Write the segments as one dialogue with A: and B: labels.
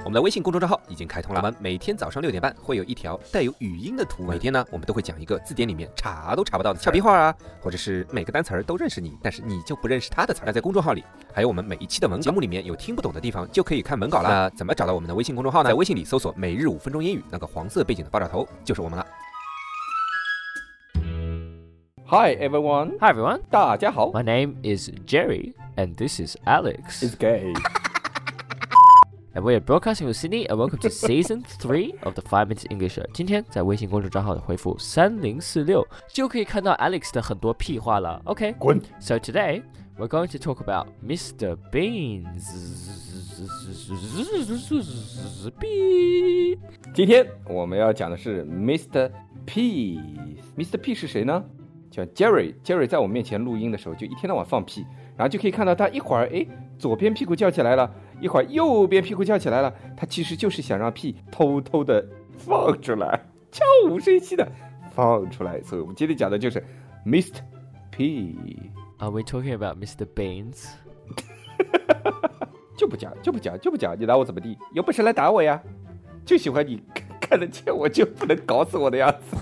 A: 我们的微信公众账号已经开通了，我们每天早上六点半会有一条带有语音的图文。每天呢，我们都会讲一个字典里面查都查不到的俏皮话啊，或者是每个单词儿都认识你，但是你就不认识它的词儿。那在公众号里，还有我们每一期的文稿节目里面有听不懂的地方，就可以看文稿啦。那怎么找到我们的微信公众号呢？在微信里搜索“每日五分钟英语”，那个黄色背景的爆炸头就是我们了。
B: Hi everyone，
C: Hi everyone.
B: 大家好
C: My name is Jerry, and this is Alex,
B: ，It's Gay。
C: and we are broadcasting from Sydney. And welcome to Season Three of the Five Minutes English Show. 今天在微信公众账号的回复三零四六就可以看到 Alex 的很多屁话了。OK，
B: 滚
C: So today we're going to talk about Mr. Beans. Beep.
B: 今天我们要讲的是 Mr. P。Mr. P 是谁呢？叫 Jerry。Jerry 在我面前录音的时候，就一天到晚放屁，然后就可以看到他一会儿哎左边屁股翘起来了，一会儿右边屁股翘起来了。他其实就是想让屁偷偷的放出来， 悄无声息的放出来。所以我们今天讲的就是 Mr. P。
C: Are we talking about Mr. Beans?
B: 就不讲，就不讲，就不讲，你拿我怎么地？有本事来打我呀！就喜欢你看得见我就不能搞死我的样子。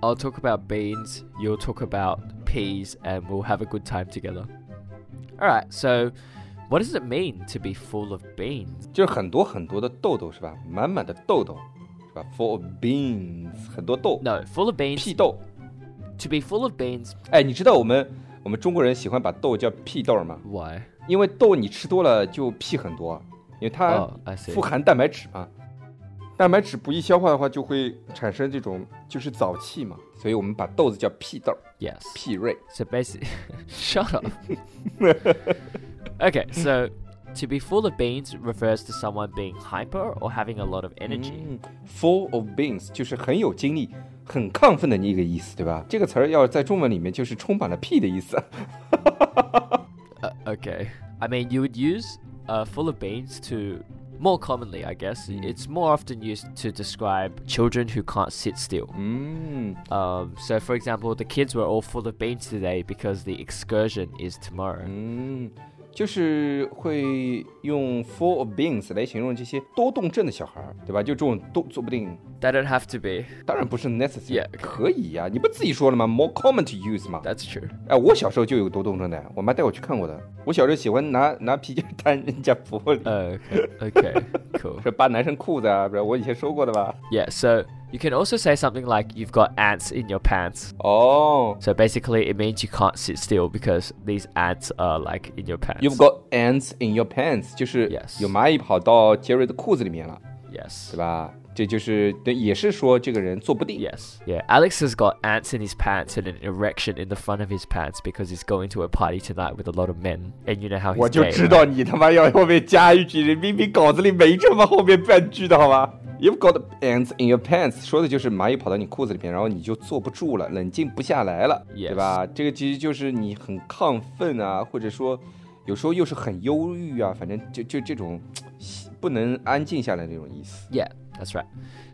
C: I'll talk about beans, you'll talk about peas, and we'll have a good time together. Alright, so what does it mean to be full of beans?
B: 就是很多很多的痘痘是吧？满满的痘痘是吧？Full of beans，很多痘，
C: No, full of beans.
B: 屁痘。
C: To be full of beans,
B: 哎，你知道我们我们中国人喜欢把痘叫屁痘吗？
C: why?
B: 因为痘你吃多了就屁很多，因为它
C: Oh, I see.
B: 富含蛋白质嘛。蛋白质不易消化的话，就会产生这种就是早气嘛，所以我们把豆子叫屁豆、
C: Yes.
B: 屁瑞。
C: So basically, shut up. okay, so to be full of beans refers to someone being hyper or having a lot of energy.
B: 嗯，full of beans 就是很有精力、很亢奋的一个意思，对吧？这个词儿要在中文里面就是充满了屁的意思。
C: Uh, okay. I mean, you would use uh, full of beans to more commonly, I guess.
B: Hmm.
C: It's more often used to describe children who can't sit still.
B: 嗯
C: Um, so, for example, the kids were all full of beans today because the excursion is tomorrow.
B: 嗯，就是会用 full of beans 来形容这些多动症的小孩儿，对吧？就这种都说不定，
C: They don't have to be.
B: 当然不是 necessary，、
C: Yeah.
B: 可以呀、你不自己说了吗？more common to use 嘛。
C: That's true.
B: 哎，我小时候就有多动症的，我妈带我去看过的。我小时候喜欢拿拿皮筋儿弹人家脖领，
C: Uh, okay. okay. Cool.
B: 说扒男生裤子啊，不是我以前说过的吧？
C: Yeah. So you can also say something like "You've got ants in your pants."
B: 哦、
C: So basically, it means you can't sit still because these ants are like in your pants.
B: You've got ants in your pants，就是
C: Yes
B: 有蚂蚁跑到杰瑞的裤子里面了，
C: yes.
B: 对吧？这就是对，也是说这个人坐不定。
C: Yes. Yeah, Alex has got ants in his pants and an erection in the front of his pants because he's going to a party tonight with a lot of men. And you know how he's
B: 我就
C: gay,
B: 知
C: right?
B: 道你他妈要后面加一句，明明稿子里没这么后面半句的好吗？You've got ants in your pants，说的就是蚂蚁跑到你裤子里面，然后你就坐不住了，冷静不下来了
C: Yes
B: 对吧？这个其实就是你很亢奋啊，或者说有时候又是很忧郁啊，反正就就这种不能安静下来那种意思。
C: Yeah, that's right.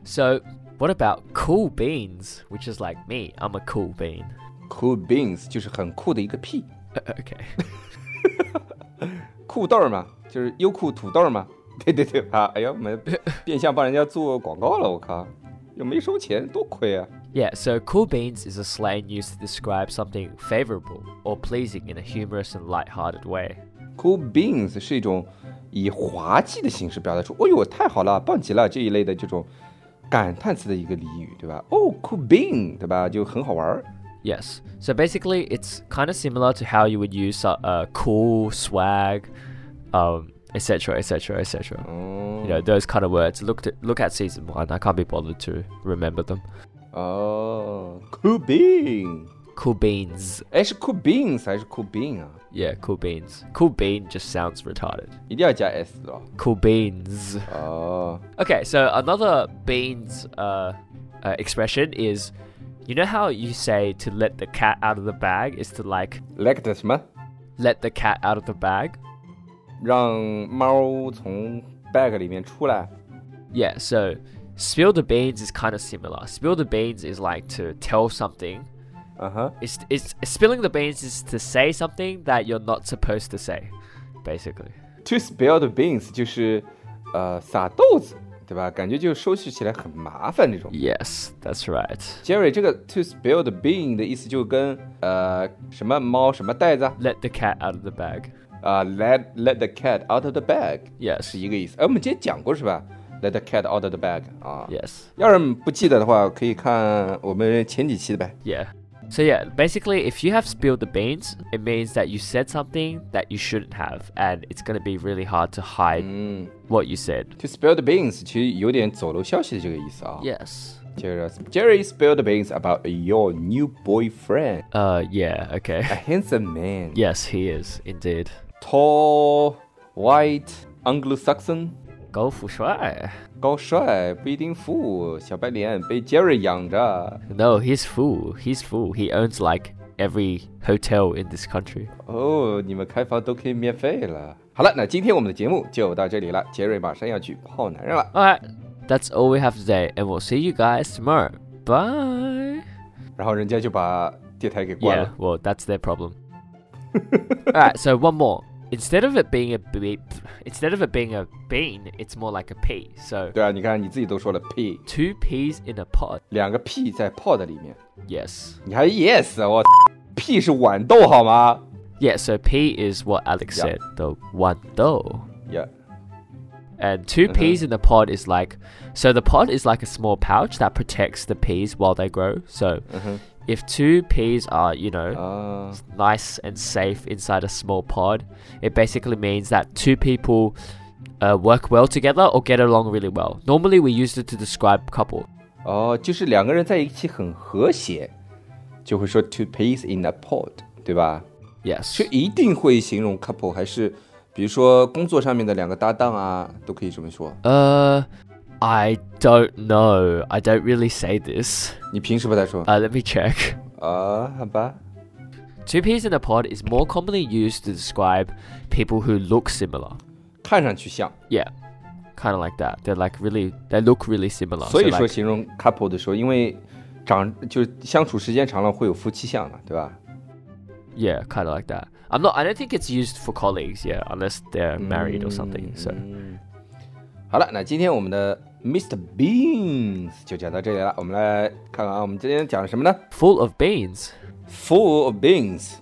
C: So, what about cool beans, which is like me? I'm a cool bean.
B: Cool beans 就是很酷的一个屁。
C: okay.
B: 酷豆儿嘛，就是优酷土豆儿嘛。对对对啊，哎呀，我们变相帮人家做广告了，我靠，又没收钱，多亏啊！
C: Yeah, so cool beans is a slang used to describe something favorable or pleasing in a humorous and light-hearted way.
B: Cool beans 是一种以滑稽的形式表达出“哦呦，太好了，棒极了”这一类的这种感叹词的一个俚语，对吧？哦，cool bean，对吧？就很好玩儿。
C: Yes. So basically, it's kind of similar to how you would use uh, uh, cool, swag, um, etc., etc., etc. You know those kind of words. Look to, look at season one. I can't be bothered to remember them.
B: 哦，cool bean，
C: Cool beans.
B: 哎，是 cool beans 还是 cool bean 啊？
C: Yeah, cool beans. Cool bean just sounds retarded.
B: 一定要加 s 的哦。
C: Cool beans.
B: 哦，
C: Okay, so another beans uh, uh, expression is, you know how you say to let the cat out of the bag is to like
B: 来个的什么？
C: let the cat out of the bag.
B: 让猫从 bag 里面出来。
C: Yeah, so spill the beans is kind of similar. Spill the beans is like to tell something.
B: 嗯哼，
C: It's, it's spilling the beans is to say something that you're not supposed to say, basically.
B: To spill the beans 就是呃撒豆子，对吧？感觉就收拾起来很麻烦那种。
C: Yes, that's right.
B: Jerry，这个 to spill the bean 的意思就跟呃什么猫什么袋子啊、
C: Let the cat out of the bag.
B: 啊 let let the cat out of the bag 是
C: Yes,
B: 一个意思。哎、我们之前讲过是吧？Let the cat out of the bag 啊
C: yes,
B: 要是不记得的话，可以看我们前几期的呗。
C: yeah. So yeah, basically, if you have spilled the beans, it means that you said something that you shouldn't have, and it's gonna be really hard to hide what you said.
B: To spill the beans 其实有点走漏消息的这个意思啊。
C: Yes.
B: 接着，Jerry spilled the beans about your new boyfriend,
C: Uh, yeah. Okay.
B: a handsome man,
C: Yes, he is indeed.
B: tall, white, Anglo-Saxon。
C: Go for shy.
B: 高帅不一定富，小白脸被 Jerry 养着。
C: No, he's full. He's full. He owns like every hotel in this country.
B: 哦，你们开房都可以免费了。好了，那今天我们的节目就到这里了。杰瑞马上要去泡男人了，
C: All right, that's all we have today, and we'll see you guys tomorrow. Bye.
B: 然后人家就把电台给关
C: Yeah,
B: 了。
C: well, that's their problem. all right, so one more. Instead of it being a beep, instead of it being a bean, it's more like a pea. So
B: 对啊，你看你自己都说了屁，
C: two peas in a pod.
B: 两个屁在泡的里面，
C: Yes.
B: 你还 yes，我 屁是豌豆好吗
C: Yeah. So pea is what Alex
B: Yeah.
C: said. The one though.
B: y
C: And 2 peas in the pod is like, so the pod is like a small pouch that protects the peas while they grow. So if two peas are, you know,
B: 啊，
C: nice and safe inside a small pod, it basically means that two people uh, work well together or get along really well. Normally, we use it to describe couple.
B: 哦，就是两个人在一起很和谐，就会说 two peas in a pod，对吧？
C: Yes.
B: 就一定会形容 couple，还是比如说工作上面的两个搭档啊，都可以这么说。
C: Uh, I don't know. I don't really say this.
B: 你平时不太说
C: Uh, let me check.
B: 啊？好吧，
C: Two peas in a pod is more commonly used to describe people who look similar.
B: 看上去像，
C: Yeah, kind of like that. They're like really, they look really similar.
B: 所
C: So,
B: 以说
C: like,
B: 形容 couple 的时候，因为长就是相处时间长了会有夫妻相嘛，对吧？
C: yeah, kind of like that. I'm not. I don't think it's used for colleagues. Yeah, unless they're married or something. So
B: 好了，那今天我们的 Mr. Beans 就讲到这里了。我们来看看啊，我们今天讲什么呢
C: full of beans,
B: ？Full of beans，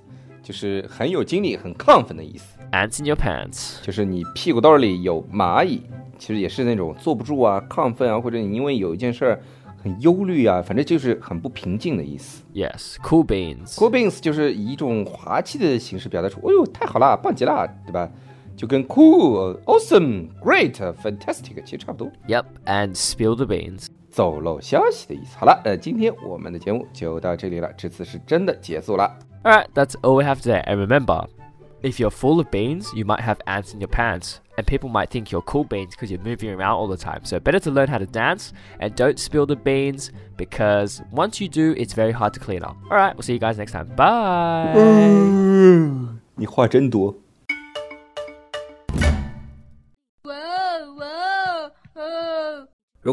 B: 就是很有精力、很亢奋的意思。
C: ants in your pants.
B: 就是你屁股兜里有蚂蚁，其实也是那种坐不住啊、亢奋啊，或者你因为有一件事儿很忧虑啊，反正就是很不平静的意思。
C: Yes, cool beans.
B: Cool beans 就是以一种滑稽的形式表达出，哎呦，太好啦，棒极啦，对吧？就跟 cool、awesome、great、fantastic 其实差不多，
C: Yep, and spill the beans.
B: 走漏消息的意思。好了，呃，今天我们的节目就到这里了，这次是真的结束了。
C: All right, that's all we have today. And remember, if you're full of beans, you might have ants in your pants, and people might think you're cool beans because you're moving around all the time. So better to learn how to dance and don't spill the beans because once you do, it's very hard to clean up. All right, we'll see you guys next time. Bye.
B: 你话真多。
D: Whoa, whoa, oh. whoa.
A: 如